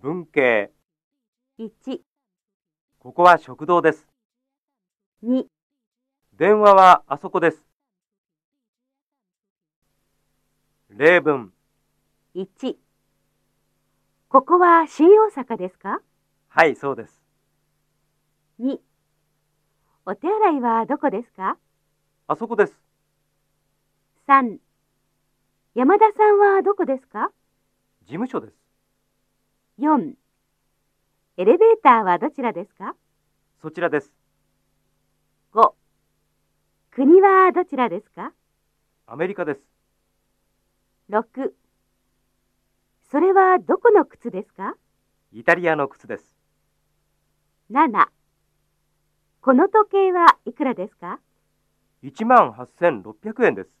文系。 1、ここは食堂です。 2、電話はあそこです。例文。 1。ここは新大阪ですかはい、そうです。 ?2。お手洗いはどこですかあそこです。 ?3。山田さんはどこですか事務所です。 ?4。エレベーターはどちらですかそちらです。 ?5。国はどちらですかアメリカです。 ?6。それはどこの靴ですかイタリアの靴です。 ?7。この時計はいくらですか18,600円です。